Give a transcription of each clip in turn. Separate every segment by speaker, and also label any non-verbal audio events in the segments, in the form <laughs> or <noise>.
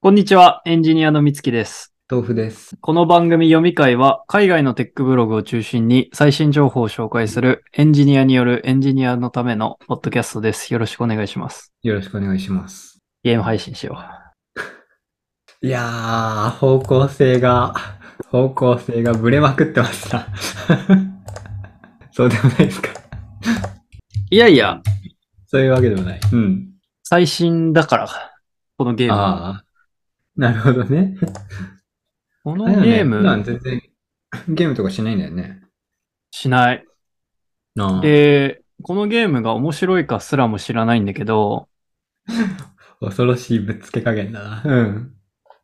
Speaker 1: こんにちは、エンジニアのみつきです。
Speaker 2: 豆腐です。
Speaker 1: この番組読み会は、海外のテックブログを中心に最新情報を紹介するエンジニアによるエンジニアのためのポッドキャストです。よろしくお願いします。
Speaker 2: よろしくお願いします。
Speaker 1: ゲーム配信しよ
Speaker 2: いやー、方向性が、方向性がブレまくってました。 <laughs> そうでもないですか。
Speaker 1: う。いやいや、
Speaker 2: そういうわけでもない。うん。
Speaker 1: 最新だから、このゲームは。
Speaker 2: あー。なるほどね。
Speaker 1: このゲー
Speaker 2: 普段
Speaker 1: ム
Speaker 2: 全然ゲームとかしないんだよね。
Speaker 1: しない。
Speaker 2: なあ。
Speaker 1: で、このゲームが面白いかすらも知らないんだけど、
Speaker 2: 恐ろしいぶっつけ加減だな。うん。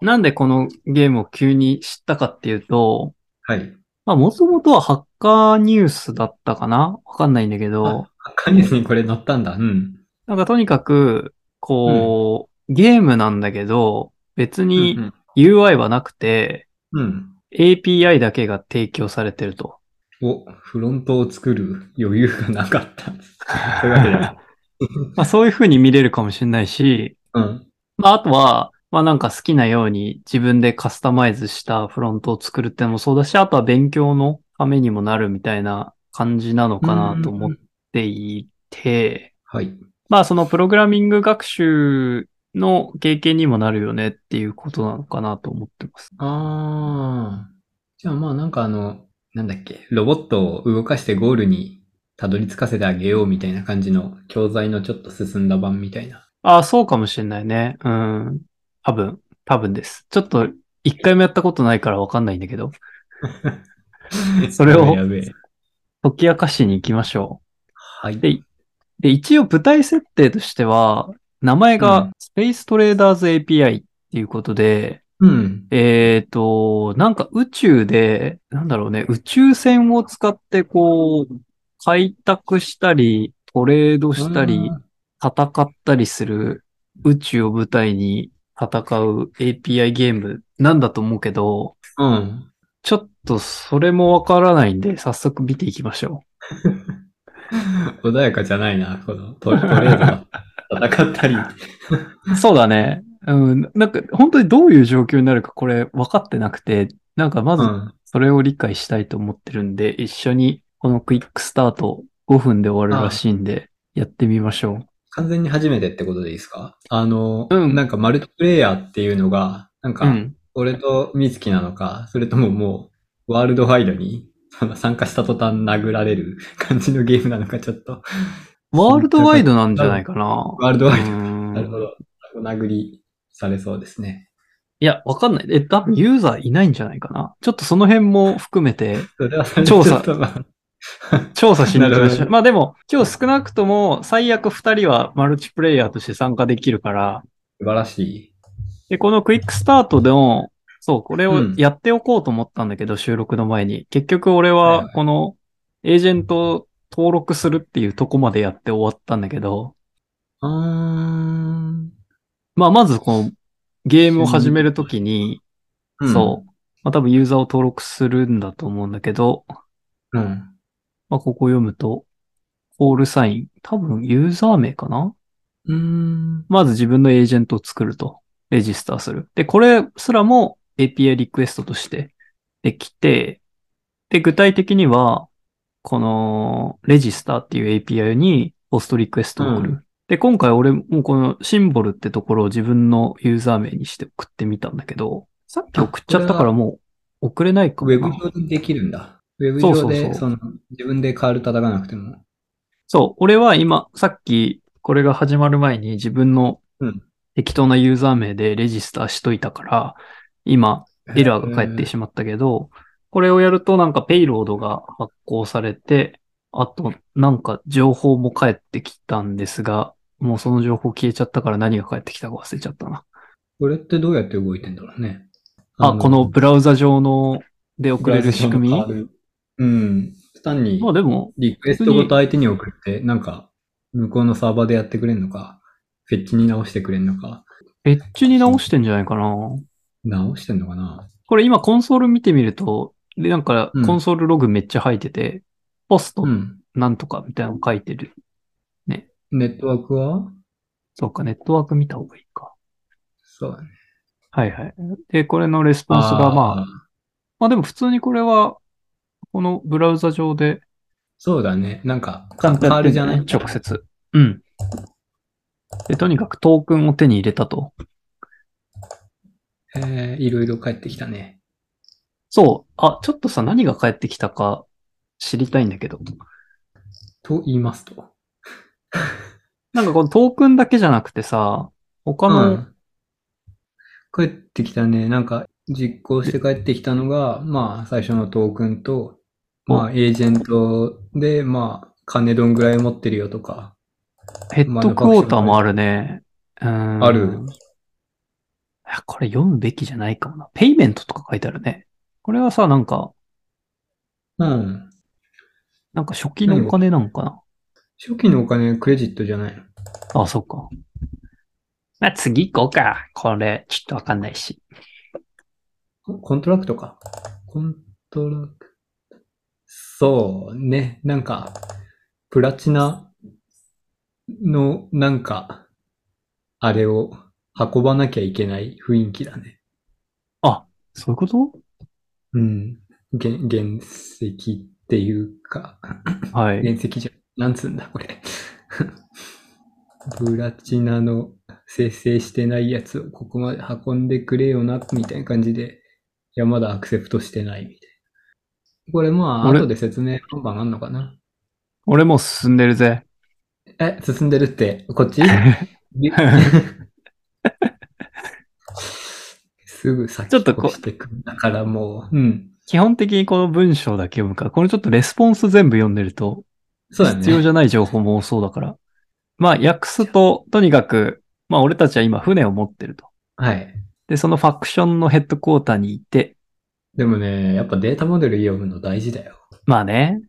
Speaker 1: なんでこのゲームを急に知ったかっていうと、
Speaker 2: はい。
Speaker 1: まあ、もともとはハッカーニュースだったかなわかんないんだけど
Speaker 2: あ、カニスにこれ乗ったんだ。うん。
Speaker 1: なんかとにかく、こう、ゲームなんだけど、別
Speaker 2: う
Speaker 1: に
Speaker 2: ん
Speaker 1: UI はなくて、
Speaker 2: うん。
Speaker 1: API だけが提供されてると。
Speaker 2: お、フロントを作る余裕がなかった。 <laughs> <laughs> そういうわけで。
Speaker 1: まあ、そういう風に見れるかもしれないし、
Speaker 2: <laughs> うん。
Speaker 1: まあ、あとは、まあなんか好きなように自分でカスタマイズしたフロントを作るってのもそうだし、あとは勉強のためにもなるみたいな感じなのかなと思っていて、
Speaker 2: はい。
Speaker 1: まあそのプログラミング学習の経験にもなるよねっていうことなのかなと思ってます。
Speaker 2: ああ。じゃあまあなんかあの、なんだっけ、ロボットを動かしてゴールにたどり着かせてあげようみたいな感じの教材のちょっと進んだ版みたいな。
Speaker 1: ああ、そうかもしれないね。うん。多分、多分です。ちょっと一回もやったことないからわかんないんだけど、 <laughs> それを
Speaker 2: やべえ。
Speaker 1: 解き明かしに行きましょ
Speaker 2: はい。
Speaker 1: でう。で、一応舞台設定としては、名前
Speaker 2: う
Speaker 1: が
Speaker 2: ん
Speaker 1: スペーストレーダーズ API っていうことで、
Speaker 2: うん。
Speaker 1: えっと、なんか宇宙で、なんだろうね、宇宙船を使ってこう、開拓したり、トレードしたり、戦ったりする宇宙を舞台に戦う API ゲームなんだと思うけど、
Speaker 2: うん。
Speaker 1: ちょっとそれもわからないんで、早速見ていきましょ
Speaker 2: 穏やかじゃないな、このトトレードが戦ったり。
Speaker 1: う。そうだね。うん、なんか本当にどういう状況になるかこれ分かってなくて、なんかま
Speaker 2: う
Speaker 1: ず
Speaker 2: ん。
Speaker 1: それを理解したいと思ってるんで、一緒にこのクイックスタート5分で終わるらしいんで、やってみましょ
Speaker 2: 完全に初めてってことでいいですかあの、
Speaker 1: うん
Speaker 2: なんかマルチプレイヤーっていうのが、なん
Speaker 1: う。
Speaker 2: か、
Speaker 1: うん。
Speaker 2: 俺とミツキなのか、それとももう、ワールドワイドにその参加した途端殴られる感じのゲームなのか、ちょっと。
Speaker 1: ワールドワイドなんじゃないかな。
Speaker 2: ワールドワイド。
Speaker 1: うん
Speaker 2: なるほど。お殴りされそうですね。
Speaker 1: いや、わかんない。え、多分ユーザーいないんじゃないかな。ちょっとその辺も含めて
Speaker 2: それはそれ
Speaker 1: 調査
Speaker 2: ちょっとまあ
Speaker 1: 調査しに行きまし
Speaker 2: なる
Speaker 1: ょ
Speaker 2: ほ
Speaker 1: う。
Speaker 2: ど
Speaker 1: まあでも、今日少なくとも最悪2人はマルチプレイヤーとして参加できるから、
Speaker 2: 素晴らしい。
Speaker 1: で、このクイックスタートでも、そう、これ
Speaker 2: う
Speaker 1: を
Speaker 2: ん
Speaker 1: やっておこうと思ったんだけど、収録の前に。結局俺
Speaker 2: はい
Speaker 1: は
Speaker 2: は、い
Speaker 1: この、エージェントを登録するっていうとこまでやって終わったんだけど、
Speaker 2: うーん。
Speaker 1: まあ、まずこの、ゲームを始めるときに、そう、まあ多分ユーザーを登録するんだと思うんだけど、
Speaker 2: うん。うん。
Speaker 1: まあ、ここ読むと、コールサイン、多分ユーザー名かな
Speaker 2: うーん。
Speaker 1: まず自分のエージェントを作ると、レジスターする。で、これすらも API リクエストとしてできて、で、具体的には、このレジスターっていう API にポストリクエストを送る。
Speaker 2: う
Speaker 1: で、今回俺もこのシンボルってところを自分のユーザー名にして送ってみたんだけど、さっき送っちゃったからもう送れないか
Speaker 2: ウ
Speaker 1: も
Speaker 2: ェブ
Speaker 1: な。
Speaker 2: 上でできるんだ。ウェブ
Speaker 1: そ
Speaker 2: 上
Speaker 1: うそうそ
Speaker 2: で、
Speaker 1: う
Speaker 2: その、自分でカール叩かなくても。
Speaker 1: そう、俺は今、さっきこれが始まる前に自分の
Speaker 2: うん
Speaker 1: 適当なユーザー名でレジスターしといたから、今、エラーが返ってしまったけど、これをやるとなんかペイロードが発行されて、あとなんか情報も返ってきたんですが、もうその情報消えちゃったから何が返ってきたか忘れちゃったな。
Speaker 2: これってどうやって動いてんだろうね。
Speaker 1: あ、このブラウザ上ので送れる仕組
Speaker 2: ブラウザ
Speaker 1: み
Speaker 2: の変わるうん。単に
Speaker 1: まあでも、
Speaker 2: リクエストごと相手に送って、なんか、向こうのサーバーでやってくれんのか、フェッチに直してくれんのか、
Speaker 1: エッジに直してんじゃないかな。
Speaker 2: 直してんのかな
Speaker 1: これ今コンソール見てみると、でなんか
Speaker 2: うん
Speaker 1: コンソールログめっちゃ入ってて、ポスト
Speaker 2: うん。
Speaker 1: なんとかみたいなの書いてる。
Speaker 2: ネットワークは
Speaker 1: そうか、ネットワーク見た方がいいか。
Speaker 2: そうだね。
Speaker 1: はいはい。で、これのレスポンスがまあ、
Speaker 2: あー、
Speaker 1: まあでも普通にこれは、このブラウザ上で
Speaker 2: そうだね。なんか、
Speaker 1: 簡単
Speaker 2: カールじゃない
Speaker 1: 直接。うん。で、とにかくトークンを手に入れたと。
Speaker 2: えー、いろいろ返ってきたね。
Speaker 1: そう。あ、ちょっとさ、何が返ってきたか知りたいんだけど。
Speaker 2: と言いますと。
Speaker 1: なんかこのトークンだけじゃなくてさ、他
Speaker 2: う
Speaker 1: の、
Speaker 2: ん帰ってきたね。なんか、実行して帰ってきたのが、まあ、最初のトークンと、まあ、エージェントで、まあ、金どんぐらい持ってるよとか。
Speaker 1: ヘッドクォーターもあるね。うん。
Speaker 2: ある
Speaker 1: いやこれ読むべきじゃないかもな。ペイメントとか書いてあるね。これはさ、なんか、
Speaker 2: うん。
Speaker 1: なんか初期のお金なんかな。
Speaker 2: 初期のお金、クレジットじゃないの。
Speaker 1: あ、そっか。まあ、次行こうか。これ、ちょっとわかんないし。
Speaker 2: ココントラクトか。コントラクト。そうね。なんか、プラチナの、なんか、あれを運ばなきゃいけない雰囲気だね。
Speaker 1: そういうこと
Speaker 2: うん。原原石っていうか、
Speaker 1: はい。
Speaker 2: 原石じゃ、なんつうんだ、これ。 <laughs> プラチナの生成してないやつをここまで運んでくれよな、みたいな感じで、いや、まだアクセプトしてない、みたいな。これまあ、
Speaker 1: 俺
Speaker 2: 後で説明看板あんのかな。
Speaker 1: 俺もう進んでるぜ。 <laughs>
Speaker 2: え、進んでるって、こっち <laughs> びすぐ先
Speaker 1: ちょっとこ
Speaker 2: 越してくんだからもう、うん。
Speaker 1: 基本的にこの文章だけ読むから、これちょっとレスポンス全部読んでると、
Speaker 2: そうだね。
Speaker 1: 必要じゃない情報も多そうだから。まあ、訳すと、とにかく、まあ、俺たちは今船を持ってると。
Speaker 2: はい。
Speaker 1: で、そのファクションのヘッドクォーターにいて、
Speaker 2: でもね、やっぱデータモデル読むの大事だよ。
Speaker 1: まあ
Speaker 2: <laughs>
Speaker 1: ね。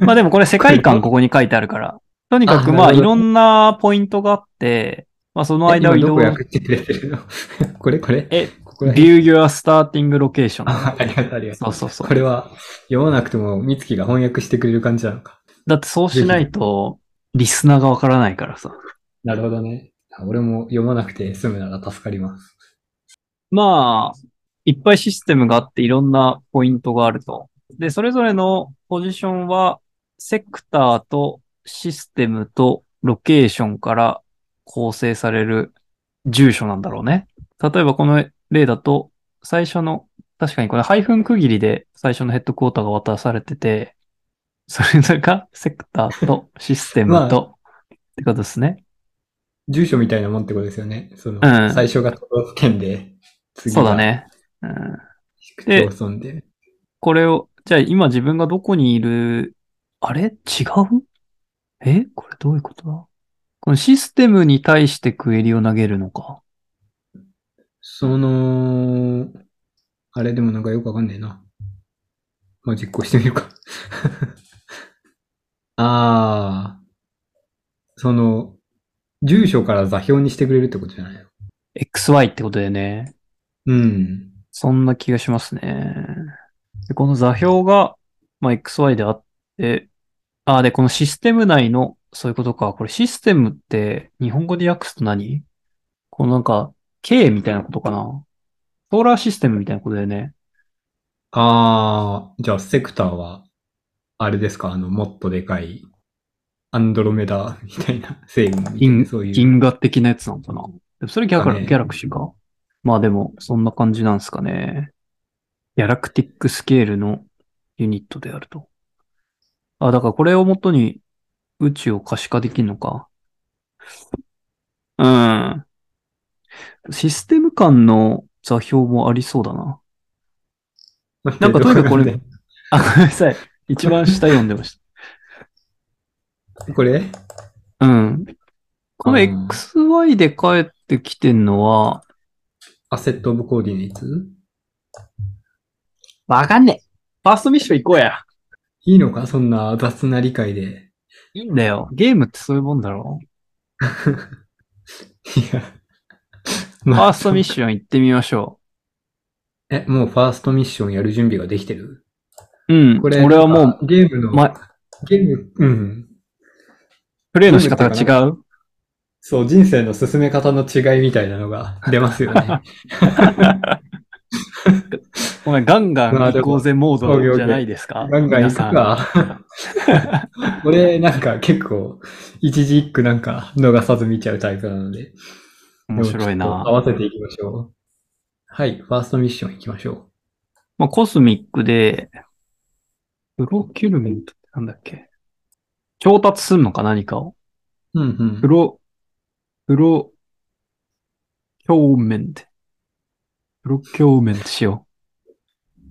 Speaker 1: まあでもこれ世界観ここに書いてあるから。とにかく
Speaker 2: あ
Speaker 1: まあ
Speaker 2: な
Speaker 1: い
Speaker 2: るほど
Speaker 1: ろんなポイントがあって、まあその
Speaker 2: え
Speaker 1: 間を
Speaker 2: 今
Speaker 1: 移
Speaker 2: ど
Speaker 1: 動
Speaker 2: こ。やってくれてるの <laughs> これこれ
Speaker 1: え、
Speaker 2: ここら
Speaker 1: view
Speaker 2: 辺。
Speaker 1: your starting location.
Speaker 2: あ、ありがとう、ありがと。
Speaker 1: そううそうそう
Speaker 2: こ。れは読まなくても、みつきが翻訳してくれる感じなのか。
Speaker 1: だってそうしないと、リスナーがわからないからさ。
Speaker 2: なるほどね。あ俺も読まなくて済むなら助かります。
Speaker 1: まあ、いっぱいシステムがあっていろんなポイントがあると。で、それぞれのポジションは、セクターとシステムとロケーションから構成される住所なんだろうね。例えばこの例だと、最初の、確かにこれハイフン区切りで最初のヘッドクォーターが渡されてて、それぞれがセクターとシステムと、ってことですね。
Speaker 2: 住所みたいなもんってことですよね。その、
Speaker 1: ん
Speaker 2: 最初が都道府県で、次
Speaker 1: そうだ
Speaker 2: が
Speaker 1: ね。うん
Speaker 2: 市区町村で。
Speaker 1: これを、じゃあ今自分がどこにいる、あれ違うえこれどういうことだこのシステムに対してクエリを投げるのか。
Speaker 2: その、あれでもなんかよくわかんねえな。まあ、実行してみるか。 <laughs> ああ。その、住所から座標にしてくれるってことじゃないの
Speaker 1: XY ってことでね。
Speaker 2: うん。
Speaker 1: そんな気がしますね。でこの座標が、まあ、XY であって、あーで、このシステム内の、そういうことか。これシステムって日本語で訳すと何このなんか、K みたいなことかな。ソーラーシステムみたいなことだよね。
Speaker 2: ああ、じゃあセクターは、あれですかあの、もっとでかい、アンドロメダみたいな <laughs> 星雲みたいな、そういう。
Speaker 1: 銀河的なやつなのかな。でもそれギャラ
Speaker 2: だ
Speaker 1: ギ
Speaker 2: ね
Speaker 1: ャラクシーか。まあでも、そんな感じなんですかね。ギャラクティックスケールのユニットであると。あ、だからこれをもとに宇宙を可視化できるのか。うん。システム間の座標もありそうだな。なんかとにかくこれあ、ごめんなさい。一番下読んでまし
Speaker 2: これ
Speaker 1: た。うん。この
Speaker 2: うん
Speaker 1: XY で帰ってきてんのは、
Speaker 2: アセットオブコーディネーツ
Speaker 1: わかんねえ。ファーストミッション行こうや。
Speaker 2: いいのかそんな雑な理解で。
Speaker 1: いいんだよ。ゲームってそういうもんだろ。
Speaker 2: いや。
Speaker 1: フ
Speaker 2: ま
Speaker 1: ァーストミッション行ってみましょ
Speaker 2: え、もうファーストミッションやる準備ができてる
Speaker 1: う。うん。
Speaker 2: こ
Speaker 1: こ
Speaker 2: れ、
Speaker 1: れ俺はも
Speaker 2: なん
Speaker 1: う
Speaker 2: かゲームの、
Speaker 1: ま
Speaker 2: ゲーム、うん。
Speaker 1: プレイの仕方が違う。
Speaker 2: そう、人生の進め方の違いみたいな
Speaker 1: <laughs>
Speaker 2: のが出ますよね。
Speaker 1: ごめん、ガンガン
Speaker 2: まあで
Speaker 1: 行
Speaker 2: も
Speaker 1: こうぜモードじゃないですか。
Speaker 2: ガンガン行
Speaker 1: 皆
Speaker 2: く
Speaker 1: さん。
Speaker 2: か。俺、なんか結構、一字一句なんか逃さず見ちゃうタイプなので。
Speaker 1: 面白い
Speaker 2: でもちょっ
Speaker 1: な
Speaker 2: と合。わせていきましょう。はい、ファーストミッション行きましょ
Speaker 1: まあ、コスミックで、プロキュルメントってなんだっけ調達するのか何かを。
Speaker 2: う。うんうん
Speaker 1: プ。ロ、プロ、表面で。プロ表面しよう。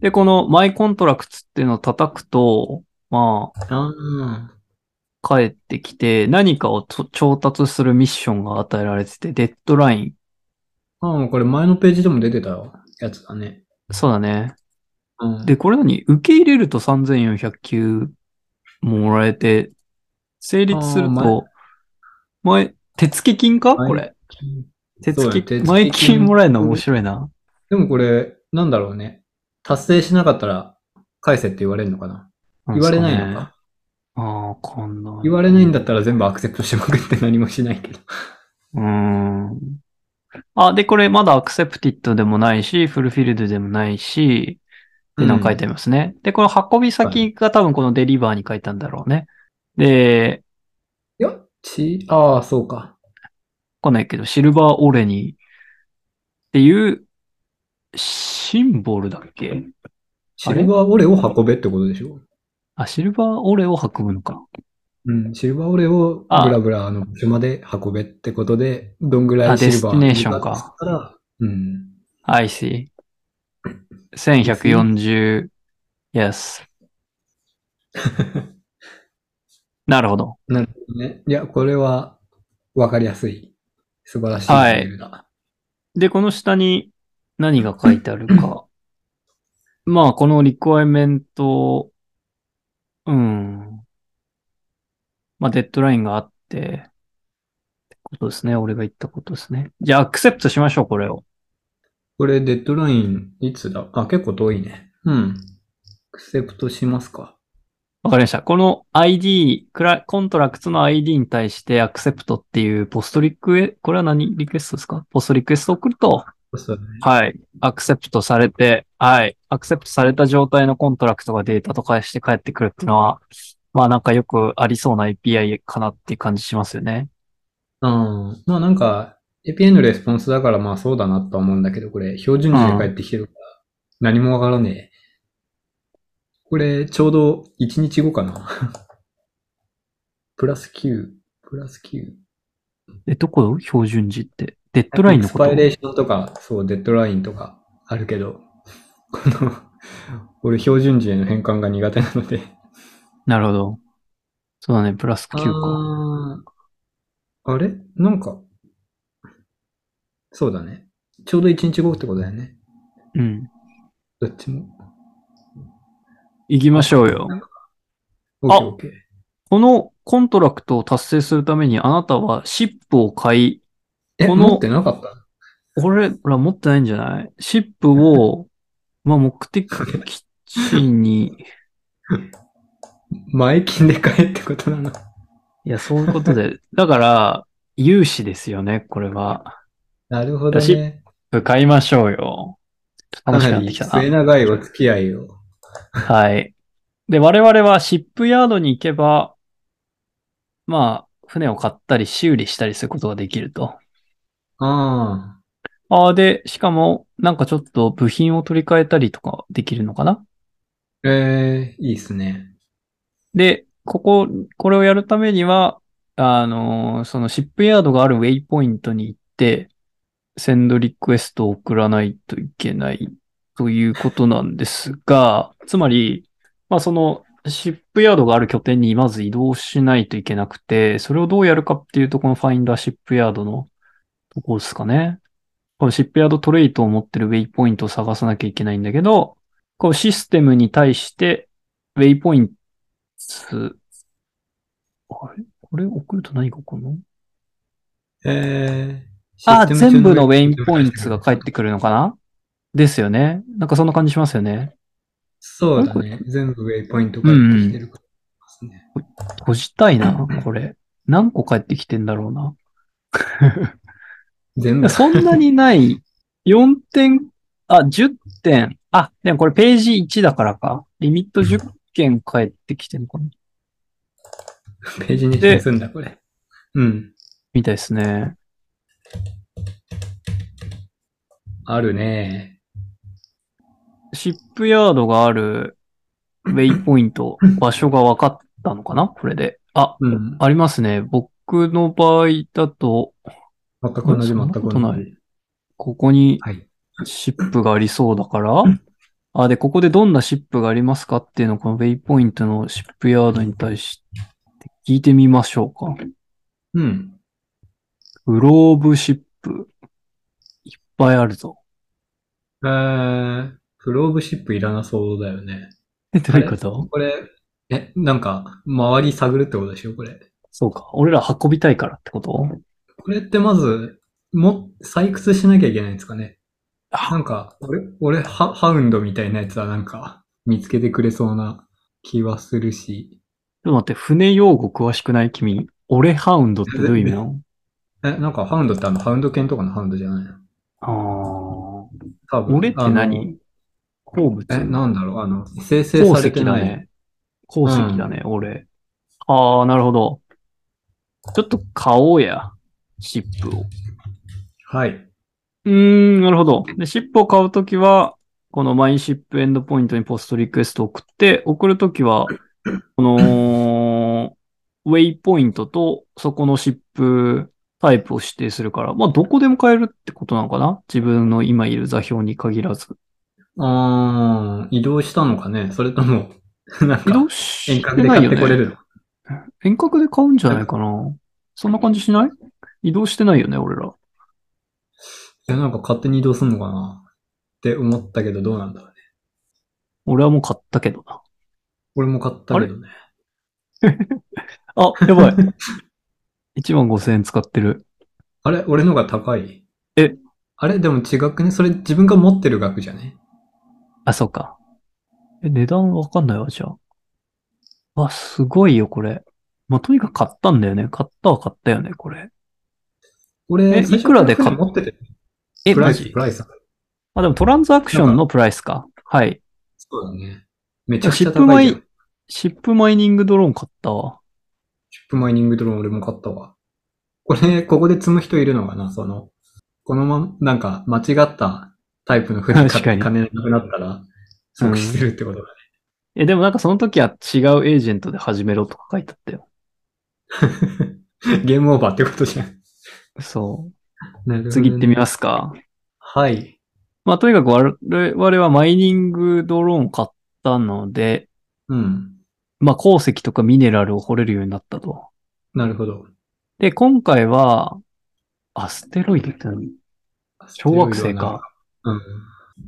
Speaker 1: で、このマイコントラクツっていうのを叩くと、まあ、
Speaker 2: ああ。
Speaker 1: 帰ってきて、何かをと調達するミッションが与えられてて、デッドライン。
Speaker 2: ああ、これ前のページでも出てたやつだね。
Speaker 1: そうだね。
Speaker 2: うん、
Speaker 1: で、これ何受け入れると3400球もらえて、成立する
Speaker 2: あ
Speaker 1: と、前、手付金か
Speaker 2: 前
Speaker 1: これ。手
Speaker 2: そうだ
Speaker 1: 付金、
Speaker 2: ね手付
Speaker 1: 前金
Speaker 2: 金
Speaker 1: もらえるの面白いな。
Speaker 2: でもこれ、なんだろうね。達成しなかったら、返せって言われるのかな言われないの
Speaker 1: そうね
Speaker 2: か。
Speaker 1: ああ、わかんない。
Speaker 2: 言われないんだったら全部アクセプトしまくって何もしないけど。
Speaker 1: うーん。あ、で、これまだアクセプティッドでもないし、フルフィールドでもないし、っていうのが書いてありますね。で、この運び先が多分このデリバーに書いたんだろうね。で、
Speaker 2: いや、ち、ああ、そうか。
Speaker 1: わかんないけど、シルバーオレニーっていうシンボルだっけ
Speaker 2: シルバーオレを運べってことでしょ
Speaker 1: あ、シルバーオレを運ぶのか。
Speaker 2: うん、シルバーオレを
Speaker 1: あ
Speaker 2: ブラブラあの場所まで運べってことで、どんぐら
Speaker 1: あ
Speaker 2: いシル
Speaker 1: デ
Speaker 2: バー
Speaker 1: スティネーションか
Speaker 2: がつったら、うん。
Speaker 1: I see. 1140 yes. なるほど。
Speaker 2: なるほどね。いや、これはわかりやすい。素晴らしい
Speaker 1: はい
Speaker 2: レベルだ。
Speaker 1: で、この下に何が書いてあるか。まあ、このリクワイメント、うん。まあ、デッドラインがあって、ってことですね。俺が言ったことですね。じゃあ、アクセプトしましょう、これを。
Speaker 2: これデッドラインいつだあ、結構遠いね。うん。アクセプトしますか。
Speaker 1: わかりました。この ID、クラコントラクトの ID に対してアクセプトっていうポストリクエ、これは何リクエストですかポストリクエストを送ると、
Speaker 2: そうだね
Speaker 1: はい。アクセプトされて、はい。アクセプトされた状態のコントラクトがデータと返して返ってくるっていうのは、まあなんかよくありそうな API かなっていう感じしますよね。
Speaker 2: うん。まあなんか、API のレスポンスだからまあそうだなとは思うんだけど、これ、標準時で帰ってきてるから、何もわからねえ。これ、ちょうど1日後かな。プラス9、プラス9。
Speaker 1: え、どこ標準時って。デッドラインのこ
Speaker 2: エクスパイレー
Speaker 1: と
Speaker 2: ションとか、そう、デッドラインとかあるけど、この、俺標準時への変換が苦手なので。
Speaker 1: なるほど。そうだね。プラス9か。
Speaker 2: あーあれなんか、そうだね。ちょうど1日後ってことだよね。
Speaker 1: うん。
Speaker 2: どっちも。
Speaker 1: 行きましょうよ。
Speaker 2: オッケーオッケー。
Speaker 1: このコントラクトを達成するためにあなたはシップを買い、
Speaker 2: え、
Speaker 1: この
Speaker 2: 持ってなかった
Speaker 1: 俺ら持ってないんじゃないシップ <laughs> を、まあ目的地に、
Speaker 2: 前金で買えってことなの。 <laughs>
Speaker 1: いや、そういうことで。 <laughs> だから、融資ですよね、これは。
Speaker 2: なるほど
Speaker 1: だし
Speaker 2: ね。
Speaker 1: 買いましょうよ。
Speaker 2: か
Speaker 1: 楽しくな
Speaker 2: な
Speaker 1: って
Speaker 2: り
Speaker 1: きた
Speaker 2: 末
Speaker 1: な。
Speaker 2: 長いお付き合いを。
Speaker 1: はい。で、我々はシップヤードに行けば、まあ、船を買ったり修理したりすることができると。
Speaker 2: ああ。
Speaker 1: ああ、で、しかも、なんかちょっと部品を取り替えたりとかできるのかな
Speaker 2: ええいいっすね。
Speaker 1: で、ここ、これをやるためには、あのーそのシップヤードがあるウェイポイントに行って、センドリクエストを送らないといけないということなんですが、つまり、まあそのシップヤードがある拠点にまず移動しないといけなくて、それをどうやるかっていうと、このファインダーシップヤードのとこですかね。このシップヤードトレイトを持ってるウェイポイントを探さなきゃいけないんだけど、こうシステムに対して、ウェイポイントつ、あれこれ送ると何が起こるの
Speaker 2: ええ
Speaker 1: あ、全部のウェインポイントが返ってくるのかなですよね。なんかそんな感じしますよね。
Speaker 2: そうだね。全部ウェイポイントが入ってきてるからですね。
Speaker 1: 閉じたいな、これ。何個返ってきてんだろうな。
Speaker 2: 全部。
Speaker 1: そんなにない。4点、あ、10点。あ、でもこれページ1だからか。リミット10件返ってきてるのかな
Speaker 2: ページにしてすんだ、これ。うん。
Speaker 1: みたいですね。
Speaker 2: あるね。
Speaker 1: シップヤードがあるウェイポイント、 <laughs> 場所が分かったのかなこれで。あ、
Speaker 2: うん。
Speaker 1: ありますね。僕の場合だと、
Speaker 2: 全く同じ、
Speaker 1: そんなこ
Speaker 2: 全
Speaker 1: と
Speaker 2: く同
Speaker 1: な
Speaker 2: じ。
Speaker 1: ここに
Speaker 2: はい。
Speaker 1: シップがありそうだから、あ、で、ここでどんなシップがありますかっていうのをこのウェイポイントのシップヤードに対して聞いてみましょうか。
Speaker 2: うん。
Speaker 1: グローブシップ。いっぱいあるぞ。
Speaker 2: えー、プローブシップいらなそうだよね。
Speaker 1: え、どういうこと
Speaker 2: これ、え、なんか、周り探るってことでしょ、これ。
Speaker 1: そうか。俺ら運びたいからってこと
Speaker 2: これってまず、も、採掘しなきゃいけないんですかね。
Speaker 1: あ
Speaker 2: なんか、俺、俺、ハ、ハウンドみたいなやつはなんか、見つけてくれそうな気はするし。
Speaker 1: ちょっと待って、船用語詳しくない君。俺ハウンドってどういう意味なの
Speaker 2: え、なんか、ハウンドってあの、ハウンド犬とかのハウンドじゃないの
Speaker 1: あー
Speaker 2: 多分。
Speaker 1: 俺って
Speaker 2: あの
Speaker 1: 何鉱物
Speaker 2: え、なんだろう、あの、生成
Speaker 1: 鉱
Speaker 2: されて
Speaker 1: 石だ
Speaker 2: ない。
Speaker 1: ね。鉱石だね、俺。ああ、なるほど。ちょっと買おうや。シップを。
Speaker 2: はい。
Speaker 1: うーん、なるほど。で、シップを買うときは、このマイシップエンドポイントにポストリクエストを送って、送るときは、この、ウェイポイントと、そこのシップタイプを指定するから、まあ、どこでも買えるってことなのかな自分の今いる座標に限らず。
Speaker 2: あー、移動したのかねそれとも、 <laughs> なん
Speaker 1: 移
Speaker 2: か、
Speaker 1: 動して
Speaker 2: 遠隔で
Speaker 1: ない
Speaker 2: 買っ
Speaker 1: よ
Speaker 2: てこれ
Speaker 1: ね。
Speaker 2: るの
Speaker 1: 遠隔で買うんじゃないかなそんな感じしない移動してないよね、俺ら。
Speaker 2: いや、なんか勝手に移動すんのかなって思ったけど、どうなんだろうね。
Speaker 1: 俺はもう買ったけどな。
Speaker 2: 俺も買ったけどね。
Speaker 1: あ、や
Speaker 2: <laughs>
Speaker 1: ばい。1万5千円使ってる。
Speaker 2: あれ俺のが高い。
Speaker 1: え
Speaker 2: あれでも違くねそれ自分が持ってる額じゃね
Speaker 1: あ、そうか。え、値段わかんないわ、じゃあ。あ、すごいよ、これ。まあ、とにかく買ったんだよね。買ったは買ったよね、これ。
Speaker 2: 俺、
Speaker 1: え
Speaker 2: 最初
Speaker 1: いくらで買っ
Speaker 2: こういうの持ってて。
Speaker 1: え、
Speaker 2: プラ
Speaker 1: マ
Speaker 2: イス、
Speaker 1: ジ
Speaker 2: プライス。
Speaker 1: あ、でもトランザクションのプライスか。はい。
Speaker 2: そうだね。めちゃくちゃ高いじゃん。
Speaker 1: シシップマイニングドローン買ったわ。
Speaker 2: チップマイニングドローン俺も買ったわ。これ、ここで積む人いるのかなその、このまま、なんか、間違ったタイプの船買
Speaker 1: 確か
Speaker 2: って
Speaker 1: に
Speaker 2: 金なくなったら、即死するってことだね。
Speaker 1: え、でもなんかその時は違うエージェントで始めろとか書いてあったよ。
Speaker 2: ゲームオーバーってことじゃん。
Speaker 1: そ
Speaker 2: なる
Speaker 1: う。
Speaker 2: ほどね
Speaker 1: 次行ってみますか。
Speaker 2: はい。
Speaker 1: まあ、とにかく我々はマイニングドローンを買ったので、
Speaker 2: うん。
Speaker 1: まあ、鉱石とかミネラルを掘れるようになったと。
Speaker 2: なるほど。
Speaker 1: で、今回は、あ、ステロイドって何小惑星か。
Speaker 2: うん。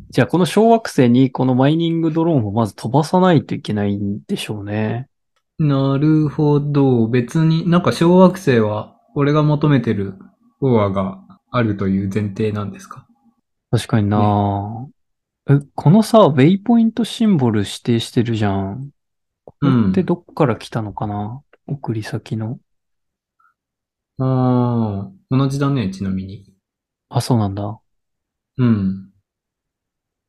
Speaker 1: じゃあ、この小惑星にこのマイニングドローンをまず飛ばさないといけないんでしょうね。
Speaker 2: なるほど。別に、なんか小惑星は、俺が求めてるオアがあるという前提なんですか
Speaker 1: 確かにな、え、このさ、ウェイポイントシンボル指定してるじゃん。これってどっから来たのかな、送り先の。
Speaker 2: ああ、同じだね、ちなみに。
Speaker 1: あ、そうなんだ。
Speaker 2: うん。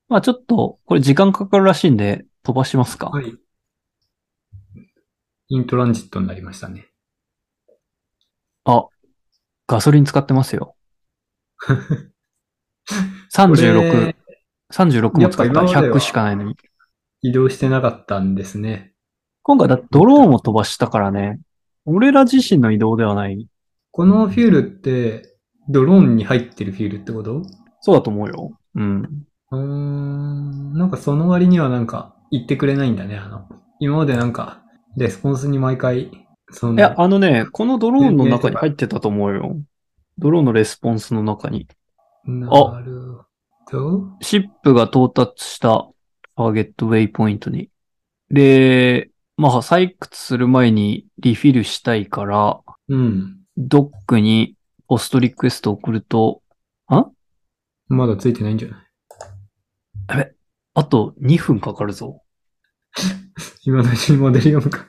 Speaker 1: まあちょっと、これ時間かかるらしいんで、飛ばしますか。
Speaker 2: はい。イントランジットになりましたね。
Speaker 1: ガソリン使ってます
Speaker 2: <laughs>
Speaker 1: よ。
Speaker 2: こ
Speaker 1: 36
Speaker 2: れ。
Speaker 1: 36も使った。
Speaker 2: やっぱ今までは
Speaker 1: 100しかないのに。
Speaker 2: 移動してなかったんですね。
Speaker 1: 今回だってドローンを飛ばしたからね。俺ら自身の移動ではない。
Speaker 2: このフィールって、ドローンに入ってるフィールってこと
Speaker 1: そうだと思うよ。うん。
Speaker 2: うーん、なんかその割にはなんか言ってくれないんだね、あの。今までなんか、レスポンスに毎回、その、
Speaker 1: いや、あのね、このドローンの中に入ってたと思うよ。ドローンのレスポンスの中に。
Speaker 2: なるほど。
Speaker 1: シップが到達したターゲットウェイポイントに。で、まあ、採掘する前にリフィルしたいから、
Speaker 2: うん。
Speaker 1: ドックにポストリクエストを送ると、
Speaker 2: まだついてないんじゃない
Speaker 1: あと2分かかるぞ。
Speaker 2: 今のうちにモデル読むか。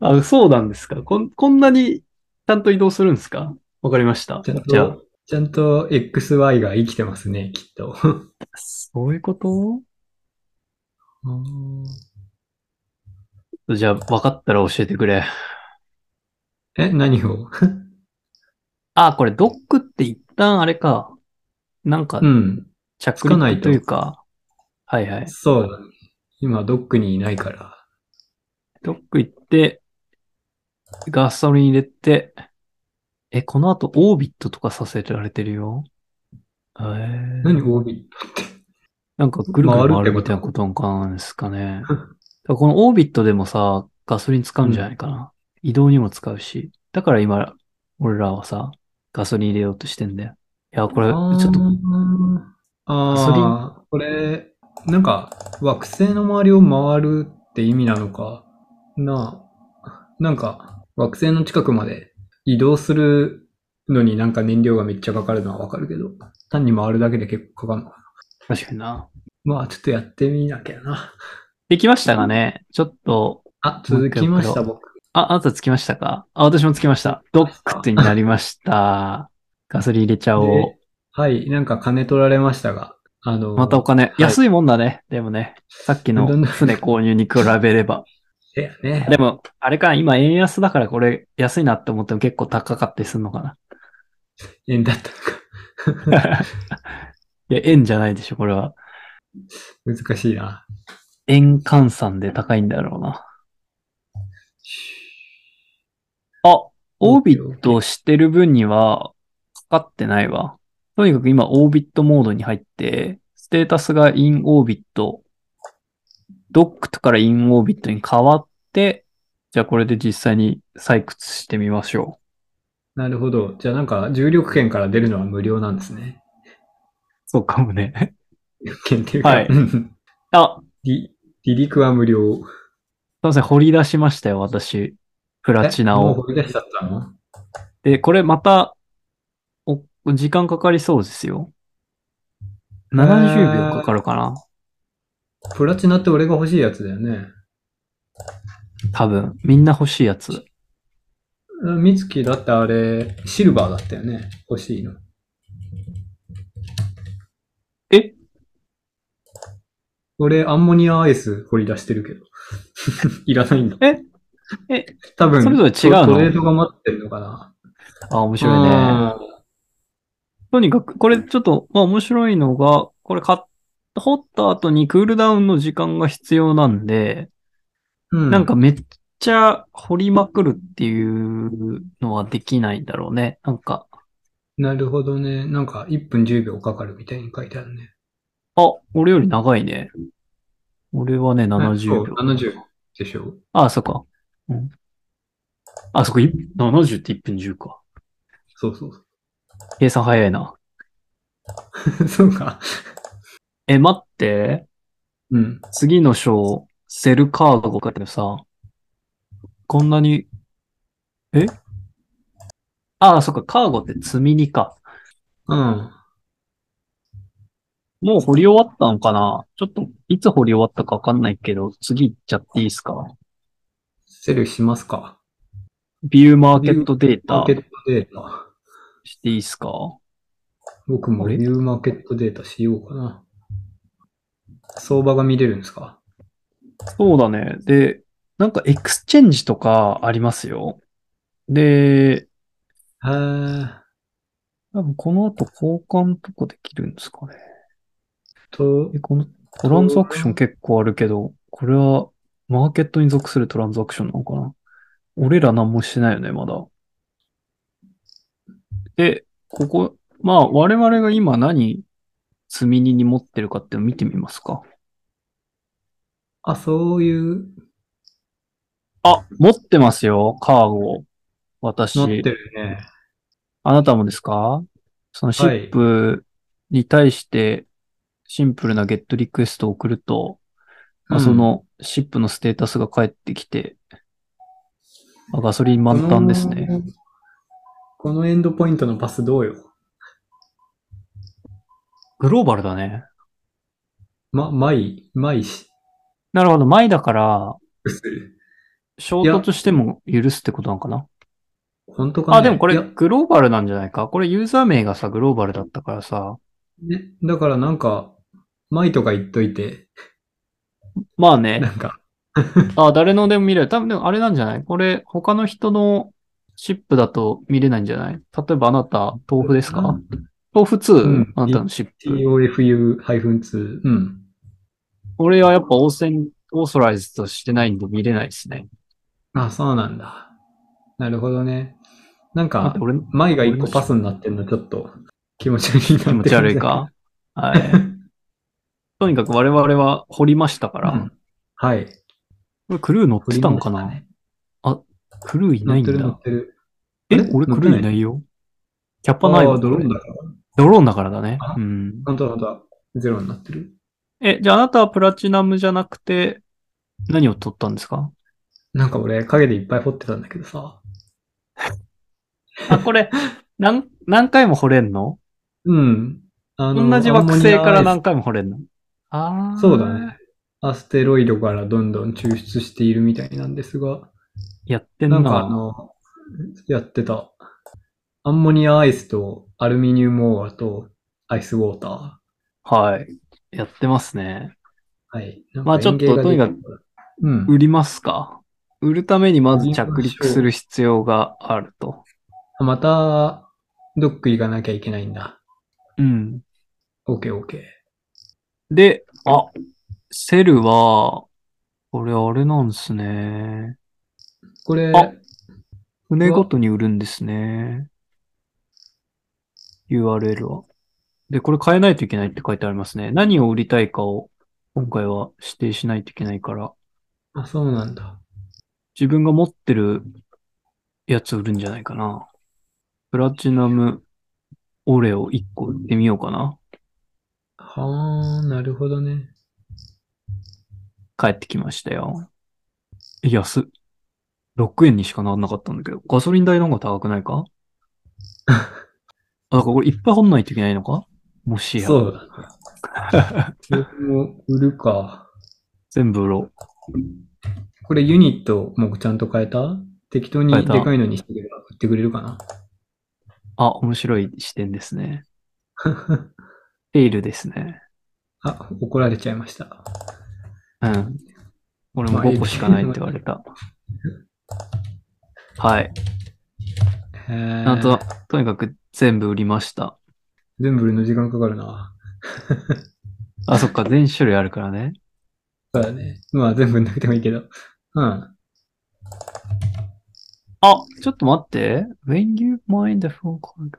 Speaker 1: あ、そうなんですか。こん、こんなにちゃんと移動するんですかわかりました。
Speaker 2: ちゃん
Speaker 1: じゃあ、
Speaker 2: と、ちゃんと XY が生きてますね、きっと。
Speaker 1: そういうこと
Speaker 2: あー
Speaker 1: じゃあ、分かったら教えてくれ。
Speaker 2: え、何を <laughs>
Speaker 1: あ、これドックって一旦あれか。なんか
Speaker 2: う、ん。
Speaker 1: 着
Speaker 2: つかない
Speaker 1: 陸
Speaker 2: と
Speaker 1: というか。はいはい。
Speaker 2: そうだね。今、ドックにいないから。
Speaker 1: ドック行って、ガソリン入れて、え、この後オービットとかさせられてるよ。えー
Speaker 2: 何、オービットって。
Speaker 1: なんかぐるぐる回
Speaker 2: 回るって
Speaker 1: る
Speaker 2: こと
Speaker 1: みたいなことなんですかね。だからこのオービットでもさ、ガソリン使うんじゃないかな。移動にも使うし。だから今、俺らはさ、ガソリン入れようとしてんだよ。いや、これ、ちょっと、ガソリン
Speaker 2: ああ、これ、なんか、惑星の周りを回るって意味なのかなあ。なんか、惑星の近くまで移動するのになんか燃料がめっちゃかかるのはわかるけど、単に回るだけで結構かかるのか
Speaker 1: 確かにな。
Speaker 2: な。まあ、ちょっとやってみなきゃな。
Speaker 1: できましたかねちょっと、
Speaker 2: あ、続きました、僕。
Speaker 1: あ、あなたつきましたかあ、私もつきました。ドックってになりました。ガソリン入れちゃおう
Speaker 2: で。はい、なんか金取られましたが、あの、
Speaker 1: またお金。
Speaker 2: い
Speaker 1: 安いもんだね。でもね、さっきの
Speaker 2: どんな
Speaker 1: 船購入に比べれば。
Speaker 2: だよね。
Speaker 1: でも、あれか、今円安だからこれ安いなって思っても結構高かったりするのか
Speaker 2: 円だったのか。
Speaker 1: な。いや、円じゃないでしょ、これは。
Speaker 2: 難しいな。
Speaker 1: 円換算で高いんだろうな。あ、オービットしてる分にはかかってないわ。とにかく今オービットモードに入って、ステータスがインオービット、ドックからインオービットに変わって、じゃあこれで実際に採掘してみましょう。
Speaker 2: なるほど。じゃあなんか重力圏から出るのは無料なんですね。
Speaker 1: そうかもね。
Speaker 2: 重力圏っていうか、
Speaker 1: はい
Speaker 2: うん <laughs> 離
Speaker 1: あ、
Speaker 2: 離陸は無料。
Speaker 1: すいません、掘り出しましたよ、私。プラチナ
Speaker 2: えもう
Speaker 1: を。
Speaker 2: 掘り出しちゃったの
Speaker 1: で、これまた、お、時間かかりそうですよ。70秒かかるかな、
Speaker 2: プラチナって俺が欲しいやつだよね。
Speaker 1: 多分。みんな欲しいやつ。
Speaker 2: ミツキだってあれ、シルバーだったよね。欲しいの。
Speaker 1: え
Speaker 2: 俺、アンモニアアイス掘り出してるけど。 <laughs> いらないんだ。
Speaker 1: ええ
Speaker 2: 多分、
Speaker 1: それぞれ違うの
Speaker 2: トレードが待ってるのかな。
Speaker 1: あ、面白いね。とにかく、これちょっと、まあ面白いのが、これ買っ掘った後にクールダウンの時間が必要なんで、
Speaker 2: うん。う
Speaker 1: なんか、めっちゃ掘りまくるっていうのはできないんだろうね。なんか、
Speaker 2: なるほどね。なんか、1分10秒かかるみたいに書いてあるね。
Speaker 1: あ、俺より長いね。俺はね、
Speaker 2: そう
Speaker 1: 70秒。
Speaker 2: 70でしょ。
Speaker 1: あ、そっか。うん。あ、そっか、い70って1分10か。
Speaker 2: そうそう
Speaker 1: 計算早いな。
Speaker 2: そう。 <laughs> そうか。
Speaker 1: え、待って。
Speaker 2: うん。
Speaker 1: 次の章、セルカーゴかけどさ、こんなに、えあ、そっか、カーゴって積み荷か。
Speaker 2: うん。
Speaker 1: もう掘り終わったのかなちょっと、いつ掘り終わったかわかんないけど、次行っちゃっていいですか
Speaker 2: セルしますか。
Speaker 1: ビューマーケットデー
Speaker 2: マー
Speaker 1: タ
Speaker 2: ケットデータ。
Speaker 1: していいですか
Speaker 2: 僕も
Speaker 1: あれ
Speaker 2: ビューマーケットデータしようかな。相場が見れるんですか
Speaker 1: そうだね。で、なんかエクスチェンジとかありますよ。で、
Speaker 2: へーっ
Speaker 1: 多分この後交換とかできるんですかね。
Speaker 2: と
Speaker 1: え、、このトランザクション結構あるけど、これはマーケットに属するトランザクションなのかな俺ら何もしてないよね、まだ。で、ここ、まあ我々が今何積み荷に持ってるかっていうの見てみますか。
Speaker 2: あ、そういう、
Speaker 1: あ、持ってますよ、カーゴを。私。
Speaker 2: なってるね。
Speaker 1: あなたもですかそのシップに対してシンプルなゲットリクエストを送ると、まあ
Speaker 2: うん
Speaker 1: そのシップのステータスが返ってきて、あガソリン満タンですね。
Speaker 2: この。このエンドポイントのパスどうよ。
Speaker 1: グローバルだね。
Speaker 2: ま、マイ、マイし、
Speaker 1: なるほど。前だから、
Speaker 2: する
Speaker 1: 衝突しても許すってことなのかな
Speaker 2: 本当かね
Speaker 1: あ、でもこ
Speaker 2: い
Speaker 1: れ
Speaker 2: や
Speaker 1: グローバルなんじゃないかこれユーザー名がさ、グローバルだったからさ。
Speaker 2: ね、だからなんか、マイとか言っといて、
Speaker 1: まあね
Speaker 2: な。んか、
Speaker 1: あ、誰のでも見れる。多分でもあれなんじゃないこれ、他の人のシップだと見れないんじゃない例えばあなた、豆腐です
Speaker 2: う
Speaker 1: か
Speaker 2: ん
Speaker 1: 豆腐 2?、
Speaker 2: うん
Speaker 1: あなたのシップ。
Speaker 2: TOFU-2。うん。
Speaker 1: 俺はやっぱオーセン、オーソライズとしてないんで見れないですね。
Speaker 2: あ、そうなんだ。なるほどね。なん
Speaker 1: あ
Speaker 2: か、
Speaker 1: 俺の
Speaker 2: マイが一個パスになってんの、ちょっと気持ち悪いなって
Speaker 1: 気持ち悪い
Speaker 2: <laughs>
Speaker 1: か。はい。とにかく我々は掘りましたから。
Speaker 2: うんはい。
Speaker 1: これクルー乗ってたんかな、クルーい
Speaker 2: 乗
Speaker 1: な
Speaker 2: っ
Speaker 1: いん
Speaker 2: て
Speaker 1: だ
Speaker 2: る。乗ってる。
Speaker 1: え
Speaker 2: あれ、
Speaker 1: 俺クルーいないよ。キャッパ
Speaker 2: あ
Speaker 1: ない
Speaker 2: あ
Speaker 1: わ。
Speaker 2: ー、ドローンだ
Speaker 1: これ
Speaker 2: から。
Speaker 1: ドローンだからだね
Speaker 2: あ。
Speaker 1: うん。
Speaker 2: 本当だ、本当だ。ゼロになってる。
Speaker 1: え、じゃああなたはプラチナムじゃなくて、何を取ったんですか
Speaker 2: なんか俺、影でいっぱい掘ってたんだけどさ。
Speaker 1: あ、これ、何、何回も掘れんの
Speaker 2: うん。あの
Speaker 1: 同じ惑星から
Speaker 2: アンモニアアイ
Speaker 1: 何回も掘れんのああ。
Speaker 2: そうだね。スアステロイドからどんどん抽出しているみたいなんですが、
Speaker 1: やってん
Speaker 2: な
Speaker 1: な。
Speaker 2: んかあの、やってた。アンモニアアイスとアルミニウムオーアとアイスウォータ
Speaker 1: はい。やってますね。
Speaker 2: ー。はい。
Speaker 1: まあちょっと
Speaker 2: なん園芸が
Speaker 1: とに
Speaker 2: できるからうん。
Speaker 1: 売りますか売るためにまず着
Speaker 2: 売りましょう
Speaker 1: 陸する必要があると。
Speaker 2: また、ドック行かなきゃいけないんだ。
Speaker 1: うん。
Speaker 2: オーケーオーケー。
Speaker 1: で、あ、セルは、これあれなんですね。
Speaker 2: これ、
Speaker 1: あ船ごとに売るんですね。URL は。で、これ変えないといけないって書いてありますね。何を売りたいかを今回は指定しないといけないから、
Speaker 2: あ、そうなんだ。
Speaker 1: 自分が持ってるやつ売るんじゃないかな。プラチナムオレを1個売ってみようかな。
Speaker 2: はあ、なるほどね。
Speaker 1: 帰ってきましたよ。安っ。6円にしかならなかったんだけど、ガソリン代の方が高くないかあ、だからこれいっぱい掘んないといけないのかもしや。
Speaker 2: <laughs> そうだな。
Speaker 1: <laughs>
Speaker 2: 僕も売るか。
Speaker 1: 全部売ろう。
Speaker 2: これユニットもちゃんと変えた適当に
Speaker 1: 変えた
Speaker 2: でかいのにしてくれば売ってくれるかな。 <laughs>
Speaker 1: あ、面白い視点ですね。テイルですね。
Speaker 2: あ、怒られちゃいました。
Speaker 1: うん。俺も5個しかないって言われた。はい。
Speaker 2: へえ
Speaker 1: あと、とにかく全部売りました。
Speaker 2: 全部売るの時間かかるな。
Speaker 1: あ、そっか、全種類あるからね。
Speaker 2: そうだね。まあ全部なくてもいいけど。うん。
Speaker 1: あ、ちょっと待って。When you mind the phone call.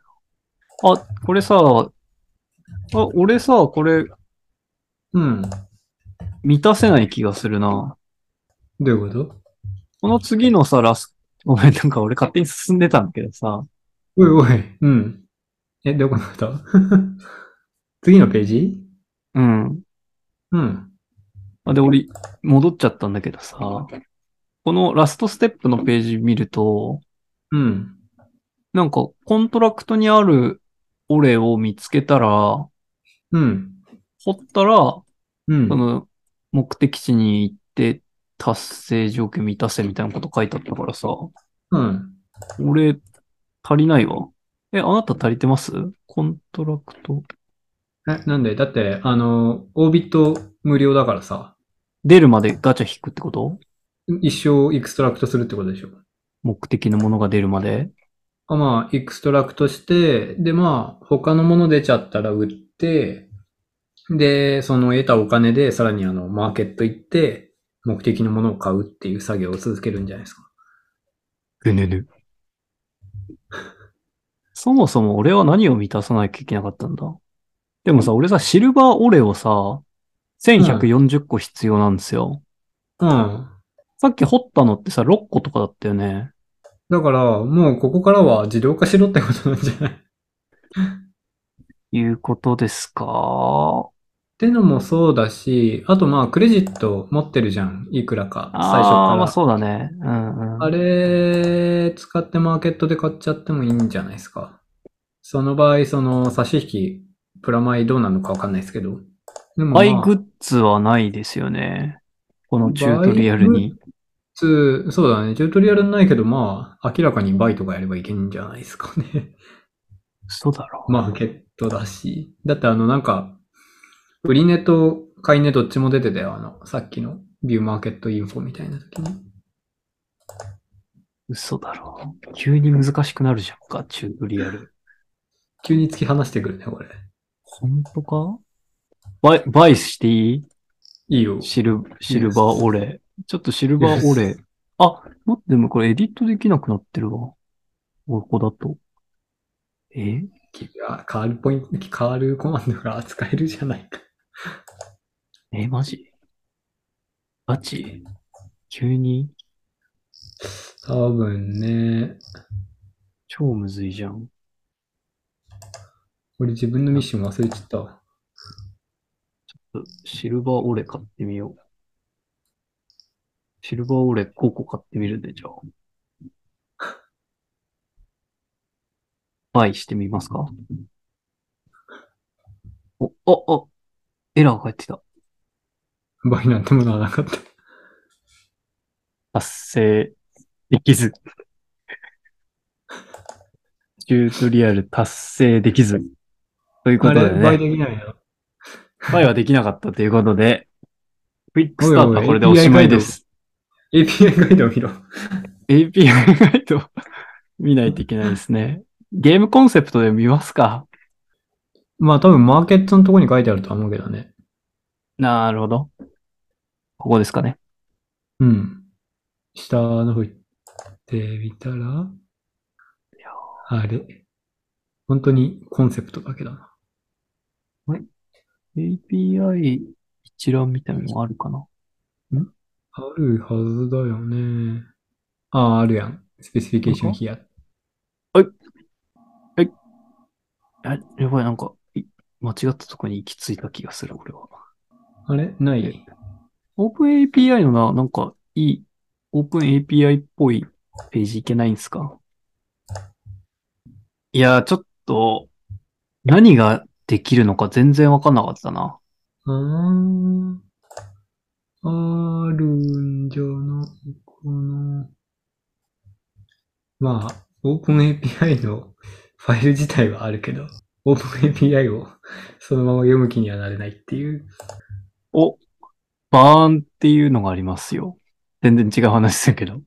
Speaker 1: あ、これさ、あ、俺さ、これ
Speaker 2: うん。
Speaker 1: 満たせない気がするな。
Speaker 2: どういうこと
Speaker 1: この次のさ、ラス、ごめん、なんか俺勝手に進んでたんだけどさ。
Speaker 2: おいおい。うん。え、どこのこと <laughs> 次のページ
Speaker 1: うん。
Speaker 2: うん。
Speaker 1: あで、俺、戻っちゃったんだけどさ。このラストステップのページ見ると、
Speaker 2: うん。
Speaker 1: なんか、コントラクトにあるオレを見つけたら、掘
Speaker 2: うん。
Speaker 1: ったら、
Speaker 2: うん。
Speaker 1: その、目的地に行って、達成条件満たせみたいなこと書いてあったからさ、
Speaker 2: うん。
Speaker 1: 俺、足りないわ。え、あなた足りてますコントラクト。
Speaker 2: え、なんでだって、あの、オービット無料だからさ、
Speaker 1: 出るまでガチャ引くってこと
Speaker 2: 一生エクストラクトするってことでしょ。
Speaker 1: 目的のものが出るまで。
Speaker 2: あまあ、エクストラクトして、で、まあ、他のもの出ちゃったら売って、で、その得たお金で、さらにあの、マーケット行って、目的のものを買うっていう作業を続けるんじゃないですか。
Speaker 1: ぐぬぬ。そもそも俺は何を満たさなきゃいけなかったんだでもさ、俺さ、シルバーオレをさ、1140個必要なんですよ。
Speaker 2: うん。
Speaker 1: さっき掘ったのってさ、6個とかだったよね。
Speaker 2: だから、もうここからは自動化しろってことなんじゃないっ
Speaker 1: いうことですか
Speaker 2: てのもそうだし、あとまあ、クレジット持ってるじゃん。いくらか、最初から。
Speaker 1: あーまあそうだね。うんうん。
Speaker 2: あれ、使ってマーケットで買っちゃってもいいんじゃないですか。その場合、その差し引き、プラマイどうなのかわかんないですけど。でもまあ
Speaker 1: バイグッズはないですよね。このチュートリアルに。
Speaker 2: 普通、そうだね。チュートリアルないけど、まあ、明らかにバイトがやればいけんじゃないですかね。 <laughs>
Speaker 1: そうだろう。
Speaker 2: マーケットだし。だってあの、なんか、売り値と買い値どっちも出てたよ。あの、さっきのビューマーケットインフォみたいな時に。
Speaker 1: 嘘だろう。急に難しくなるじゃんか、チュートリアル。
Speaker 2: 急に突き放してくるね、これ。
Speaker 1: 本当かバイ、バイしていい
Speaker 2: いいよ。
Speaker 1: シル、シルバーオレ。ちょっとシルバーオレ。
Speaker 2: Yes
Speaker 1: あ、待って、でもこれエディットできなくなってるわ。ここだと。え
Speaker 2: 君はカールポイント、カールコマンドが扱えるじゃないか。
Speaker 1: え、マジガチ急に
Speaker 2: 多分ね、
Speaker 1: 超むずいじゃん。
Speaker 2: 俺自分のミッション忘れちゃったわ。
Speaker 1: シルバーオレ買ってみよう。シルバーオレ5個買ってみるで、じゃあ。バイしてみますかお、あ、あ、エラーが入ってきた。
Speaker 2: 倍なんてものはなかった。
Speaker 1: 達成できず。チュートリアル達成できず。というこ
Speaker 2: あ
Speaker 1: とで
Speaker 2: れ、倍
Speaker 1: ね。
Speaker 2: できないの
Speaker 1: バイはできなかったということで、クイックスタート
Speaker 2: おいお
Speaker 1: はいこれでおしまいです。
Speaker 2: API ガイドを見ろ。
Speaker 1: API ガイド見ないといけないですね。ゲームコンセプトで見ますか
Speaker 2: まあ多分マーケットのとこに書いてあると思うけどね。
Speaker 1: なるほど。ここですかね。
Speaker 2: うん。下の方行ってみたら、あれ。本当にコンセプトだけだな。
Speaker 1: API 一覧みたいなのもあるかな
Speaker 2: あるはずだよね。ああ、あるやん。スペシフィケーションヒア。
Speaker 1: あやばい、なんか、い間違ったとこに行き着いた気がする、これは。
Speaker 2: あれな
Speaker 1: え
Speaker 2: い
Speaker 1: オープン API のな、なんか、いい、オープン API っぽいページいけないんですかいやー、ちょっと、何ができるのか全然わかんなかったな。
Speaker 2: あー、あるんじゃないかな。まあ、OpenAPI のファイル自体はあるけど、OpenAPI を <laughs> そのまま読む気にはなれないっていう。
Speaker 1: お、バーンっていうのがありますよ。全然違う話するけど。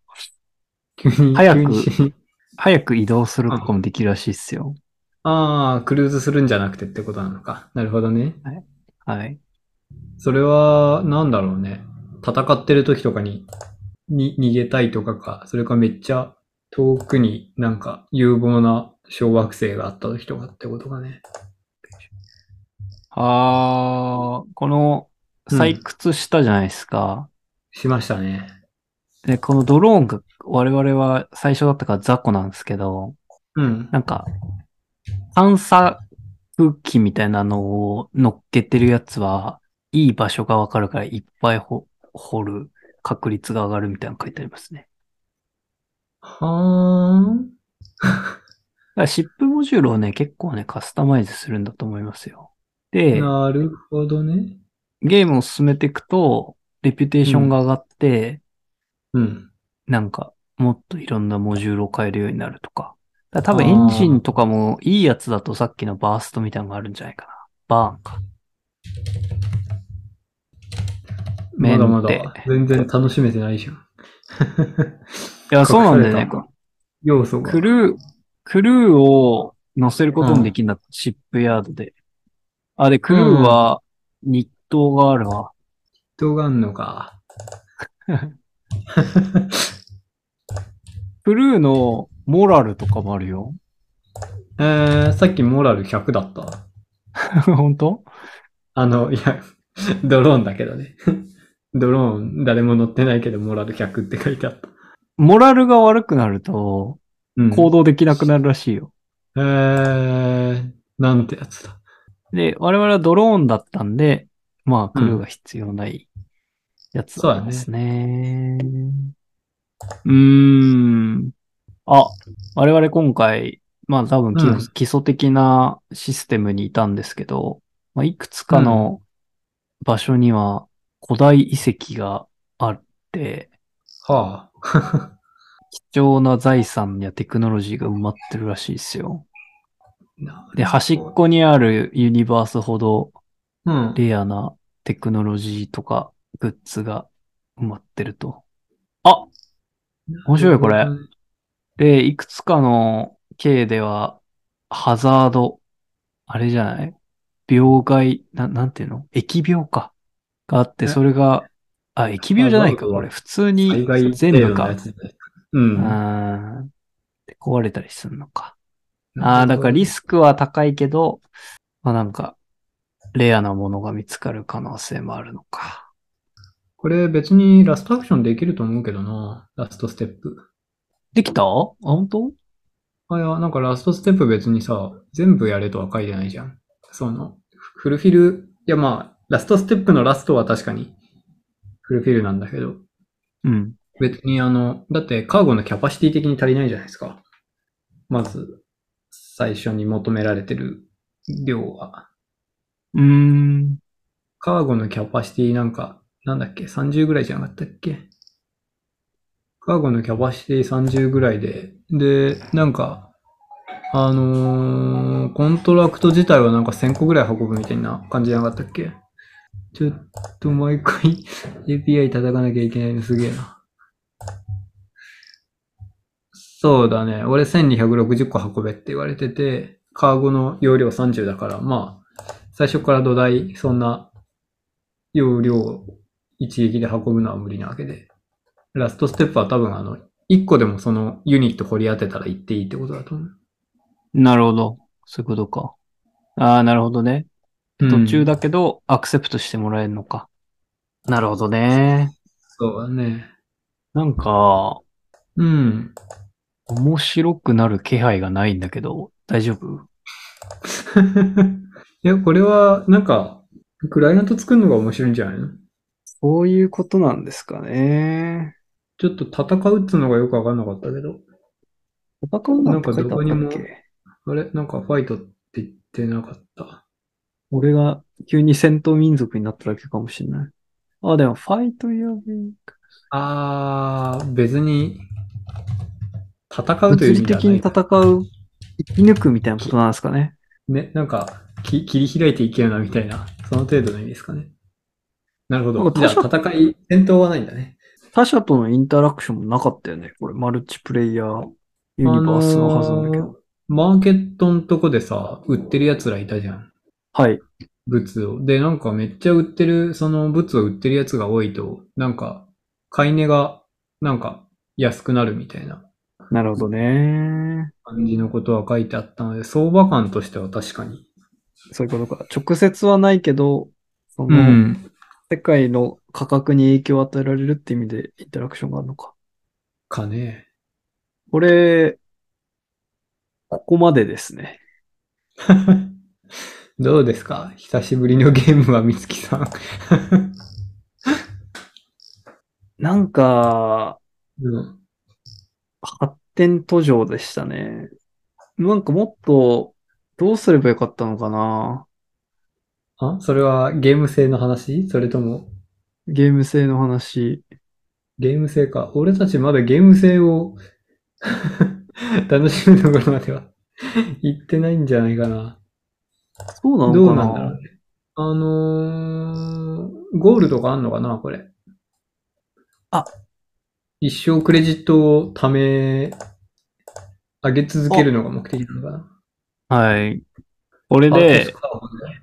Speaker 2: 急に、
Speaker 1: 早く <laughs>
Speaker 2: 急に
Speaker 1: 早く移動するとかもできるらしいっすよ。
Speaker 2: ああ、クルーズするんじゃなくてってことなのか。なるほどね。
Speaker 1: はい。
Speaker 2: それは、なんだろうね。戦ってる時とかに、に、逃げたいとかか、それかめっちゃ遠くになんか有望な小惑星があった時とかってことかね。
Speaker 1: あー、この採掘したじゃないですか。
Speaker 2: しましたね。
Speaker 1: で、このドローンが我々は最初だったから雑魚なんですけど、
Speaker 2: うん。
Speaker 1: なんか、探査機みたいなのを乗っけてるやつは、いい場所がわかるからいっぱい掘掘る確率が上がるみたいなの書いてありますね。
Speaker 2: はーん。
Speaker 1: だからシップモジュールをね、結構ね、カスタマイズするんだと思いますよ。で、
Speaker 2: なるほどね。
Speaker 1: ゲームを進めていくと、レピュテーションが上がって、
Speaker 2: うん。
Speaker 1: なんか、もっといろんなモジュールを変えるようになるとか。だから多分エンジンとかもいいやつだとさっきのバーストみたいなのがあるんじゃないかな。バーンか。メン
Speaker 2: ま
Speaker 1: テ
Speaker 2: だまだ全然楽しめてないじゃん。 <laughs>
Speaker 1: いや、そうなんだよ
Speaker 2: 隠
Speaker 1: ね
Speaker 2: さ。れた要素が
Speaker 1: ク。ルー、クルーを乗せることもできるんだ、シップヤードで。あ、で、クルーは日当がある
Speaker 2: <laughs>
Speaker 1: わ。
Speaker 2: 人があんのか。
Speaker 1: クルーのモラルとかもある
Speaker 2: <laughs>
Speaker 1: よ。
Speaker 2: えー、さっきモラル100だった。
Speaker 1: 本当
Speaker 2: あの、いや、ドローンだけどね。ドローン、誰も乗ってないけど、モラル100って書いてあった。
Speaker 1: モラルが悪くなると
Speaker 2: うん。
Speaker 1: 行動できなくなるらしいよ。
Speaker 2: えー、なんてやつだ。
Speaker 1: で、我々はドローンだったんで、まあ、クルーが必要ないやつなんですね。うーん。あ、我々今回、まあ多分基,、
Speaker 2: うん
Speaker 1: 基礎的なシステムにいたんですけど、まあ、いくつかの場所には古代遺跡があって、
Speaker 2: はあ。
Speaker 1: 貴重な財産やテクノロジーが埋まってるらしいですよ。で、端っこにあるユニバースほど
Speaker 2: うん。
Speaker 1: レアなテクノロジーとかグッズが埋まってると。あ面白いこれで、いくつかの系では、ハザード、あれじゃない病害、な、なんていうの疫病か。があって、
Speaker 2: え
Speaker 1: それが、あ、疫病じゃないか、
Speaker 2: ハザードは
Speaker 1: これ。普通に
Speaker 2: 海外
Speaker 1: 全部か。
Speaker 2: う。
Speaker 1: うんーん。で壊れたりするのか。ああ、だからリスクは高いけど、まあなんか、レアなものが見つかる可能性もあるのか。
Speaker 2: これ別にラストアクションできると思うけどな。ラストステップ。
Speaker 1: できたあ、本当
Speaker 2: あ、いや、なんかラストステップ別にさ、全部やれとは書いてないじゃん。その、フフルフィル、いやまあ、ラストステップのラストは確かに、フルフィルなんだけど、
Speaker 1: うん。
Speaker 2: 別にあの、だってカーゴのキャパシティ的に足りないじゃないですか。まず、最初に求められてる量は。
Speaker 1: うーん。
Speaker 2: カーゴのキャパシティなんか、なんだっけ ?30 ぐらいじゃなかったっけカーゴのキャパシティ30ぐらいで、で、なんか、あのーコントラクト自体はなんか1000個ぐらい運ぶみたいな感じじゃなかったっけちょっと毎回 <laughs> API 叩かなきゃいけないのすげえな。そうだね。俺1260個運べって言われてて、カーゴの容量30だから、まあ、最初から土台、そんな容量を一撃で運ぶのは無理なわけで。ラストステップは多分あの、一個でもそのユニット掘り当てたら行っていいってことだと思う。
Speaker 1: なるほど。そういうことか。ああ、なるほどね。途中
Speaker 2: だ。
Speaker 1: だけど、アクセプトしてもらえるのか。なるほどね。
Speaker 2: そうだね。
Speaker 1: なんか、
Speaker 2: うん。 <laughs>
Speaker 1: 面白くなる気配がないんだけど、大丈夫
Speaker 2: いや、これはなんか、クライアント作るのが面白いんじゃないの
Speaker 1: そういうことなんですかね。
Speaker 2: ちょっと戦うっつうのがよくわかんなかったけど。
Speaker 1: 戦うなんて書いてあったっ
Speaker 2: なんかどこに
Speaker 1: け
Speaker 2: あれなんかファイトって言ってなかった。
Speaker 1: 俺が急に戦闘民族になっただけかもしれない。あ、でも、ファイトやべ
Speaker 2: あー、別に、戦うとい
Speaker 1: 物
Speaker 2: う意味
Speaker 1: 理
Speaker 2: では
Speaker 1: 的
Speaker 2: な
Speaker 1: に
Speaker 2: い
Speaker 1: 戦。う、生き抜くみたいなことなんですかね。
Speaker 2: ね、なんか、き切り開いていけるな、みたいな、その程度の意味ですかね。なるほ
Speaker 1: な
Speaker 2: ど。
Speaker 1: んか
Speaker 2: じゃあ、
Speaker 1: 他者
Speaker 2: 戦い、戦闘はないんだね。
Speaker 1: 他者とのインタラクションもなかったよね。これ、マルチプレイヤー、ユニバースのはずなんだけ
Speaker 2: あの
Speaker 1: ど。
Speaker 2: ーマーケットのとこでさ、売ってる奴らいたじゃん。
Speaker 1: はい。
Speaker 2: 物を。で、なんかめっちゃ売ってる、その物を売ってるやつが多いと、なんか、買い値が、なんか、安くなるみたいな
Speaker 1: なるほどね。
Speaker 2: 感じのことは書いてあったので、相場感としては確かに。
Speaker 1: そういうことか。直接はないけど、その、。世界の価格に影響を与えられるって意味でインタラクションがあるのか。
Speaker 2: かね。
Speaker 1: これ、ここまでですね。
Speaker 2: どうですか久しぶりのゲームは、みつき
Speaker 1: <laughs>
Speaker 2: さん。
Speaker 1: なんか、
Speaker 2: うん。
Speaker 1: 発展途上でしたね。なんかもっと、どうすればよかったのかな
Speaker 2: あそれはゲーム性の話それとも、
Speaker 1: ゲーム性の話。
Speaker 2: ゲーム性か。俺たちまだゲーム性を <laughs> 楽しむところまでは行ってないんじゃないかな。
Speaker 1: そうなのかな
Speaker 2: どうなんだろうね。あのー、ゴールとかあんのかなこれ。
Speaker 1: あ。
Speaker 2: 一生クレジットを貯め、上げ続けるのが目的なのかな
Speaker 1: はい。これ
Speaker 2: アーティス
Speaker 1: で
Speaker 2: ト、カードね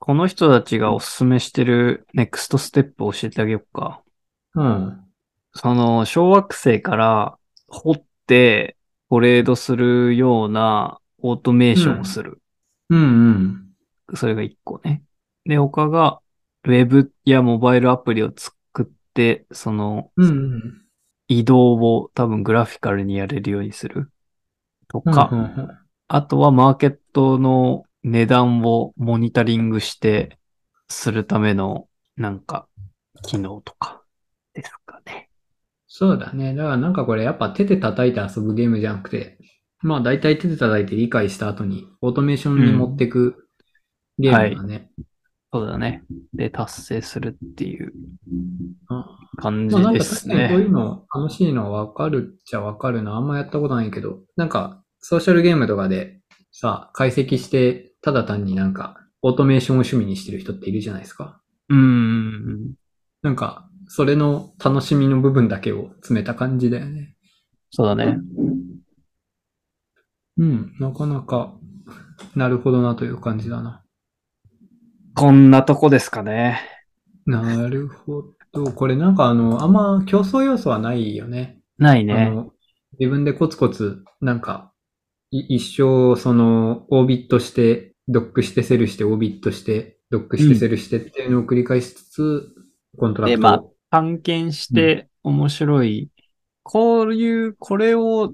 Speaker 1: この人たちがおすすめしてるネクストステップを教えてあげようか。
Speaker 2: うん。
Speaker 1: その、小惑星から掘ってトレードするようなオートメーションをする。
Speaker 2: うんうん。
Speaker 1: それが一個ね。で、他が、ウェブやモバイルアプリを作って、その
Speaker 2: うんうん。
Speaker 1: 移動を多分グラフィカルにやれるようにするとか、
Speaker 2: うんうんうん
Speaker 1: あとはマーケットの値段をモニタリングしてするためのなんか機能とかですかね。
Speaker 2: そうだね。だからなんかこれやっぱ手で叩いて遊ぶゲームじゃなくて、まあ大体手で叩いて理解した後にオートメーションに持ってくゲームだね。
Speaker 1: そうだね。で、達成するっていう
Speaker 2: あ
Speaker 1: 感じ
Speaker 2: まあなん
Speaker 1: で
Speaker 2: か
Speaker 1: す
Speaker 2: 確かにこう
Speaker 1: ね。
Speaker 2: いうの楽しいのはわかるっちゃわかるな。あんまやったことないけど、なんかソーシャルゲームとかでさ、解析して、ただ単になんかオートメーションを趣味にしてる人っているじゃないですか。
Speaker 1: うん。
Speaker 2: なんか、それの楽しみの部分だけを詰めた感じだよね。
Speaker 1: そうだね。
Speaker 2: うん、なかなか、なるほどなという感じだな。
Speaker 1: こんなとこですかね。
Speaker 2: なるほど。これなんかあの、あんま競争要素はないよね。
Speaker 1: ない
Speaker 2: あ
Speaker 1: ね。
Speaker 2: の、自分でコツコツ、なんか、い一生、その、オービットして、ドックしてセルして、オービットして、ドックしてセルしてっていうのを繰り返しつつ、コントラ
Speaker 1: で
Speaker 2: クトを。
Speaker 1: まあ探検して面白い。こういう、これを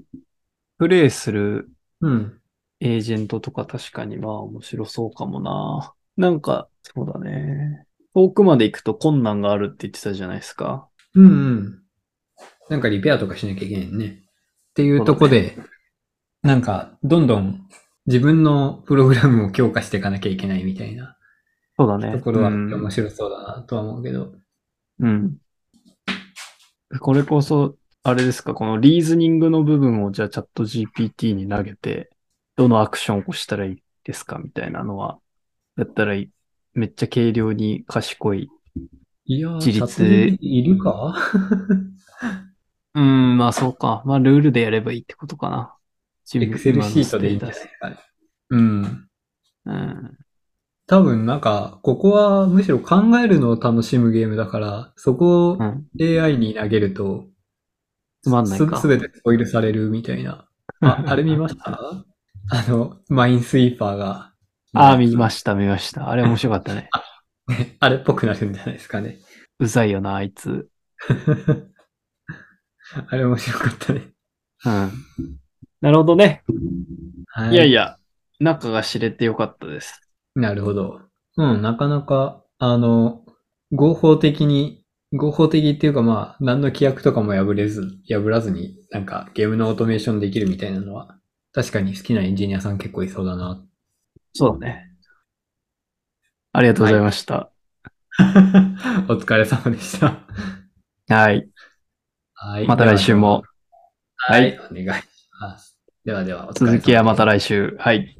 Speaker 1: プレイする
Speaker 2: うん。
Speaker 1: エージェントとか確かにまあ面白そうかもな。なんか、そうだね。遠くまで行くと困難があるって言ってたじゃないですか。
Speaker 2: うんうん。なんかリペアとかしなきゃいけないね。っていうとこで、なんか、どんどん自分のプログラムを強化していかなきゃいけないみたいな
Speaker 1: そうだね。
Speaker 2: ところはあ
Speaker 1: う
Speaker 2: っ
Speaker 1: ん
Speaker 2: て面白そうだなとは思うけど。
Speaker 1: うん。これこそ、あれですか、このリーズニングの部分をじゃあチャット GPT に投げて、どのアクションをしたらいいですかみたいなのは、やったらいい。めっちゃ軽量に賢い。
Speaker 2: いやー、
Speaker 1: 自立
Speaker 2: チャット GPT いるか
Speaker 1: うん、まあそうか。まあルールでやればいいってことかな。
Speaker 2: エクセルシートでいいん
Speaker 1: 自
Speaker 2: じゃ
Speaker 1: 分
Speaker 2: ないかね。うん。
Speaker 1: うん。
Speaker 2: 多分なんか、ここはむしろ考えるのを楽しむゲームだから、そこ
Speaker 1: う
Speaker 2: を
Speaker 1: ん
Speaker 2: AI に投げると、
Speaker 1: つまんないか
Speaker 2: すすべてスポイルされるみたいな。 <laughs> あ、あれ見ましたあの、マインスイーパーが。
Speaker 1: <laughs> ああ、見ま
Speaker 2: し
Speaker 1: した、見ました。あれ面白かった <laughs> ね。
Speaker 2: た。 <laughs> あれっぽくなるんじゃないですかね。
Speaker 1: うざいよな、あいつ。
Speaker 2: あれ面白かったね。
Speaker 1: うん。なるほどね。
Speaker 2: はい
Speaker 1: やい。や、中が知れてよかったです。
Speaker 2: なるほど。うん、なかなか、あの、合法的に、合法的っていうかまあ、何の規約とかも破れず、破らずに、なんかゲームのオートメーションできるみたいなのは、確かに好きなエンジニアさん結構いそうだ
Speaker 1: <laughs>
Speaker 2: な。
Speaker 1: そうだね。ありがとうございました。
Speaker 2: お疲れ様でした。
Speaker 1: はい。
Speaker 2: はい。
Speaker 1: また来週も。
Speaker 2: では。でははい、お願いします。ではでは、お疲れ様
Speaker 1: 続きはまた
Speaker 2: です
Speaker 1: 来週。はい。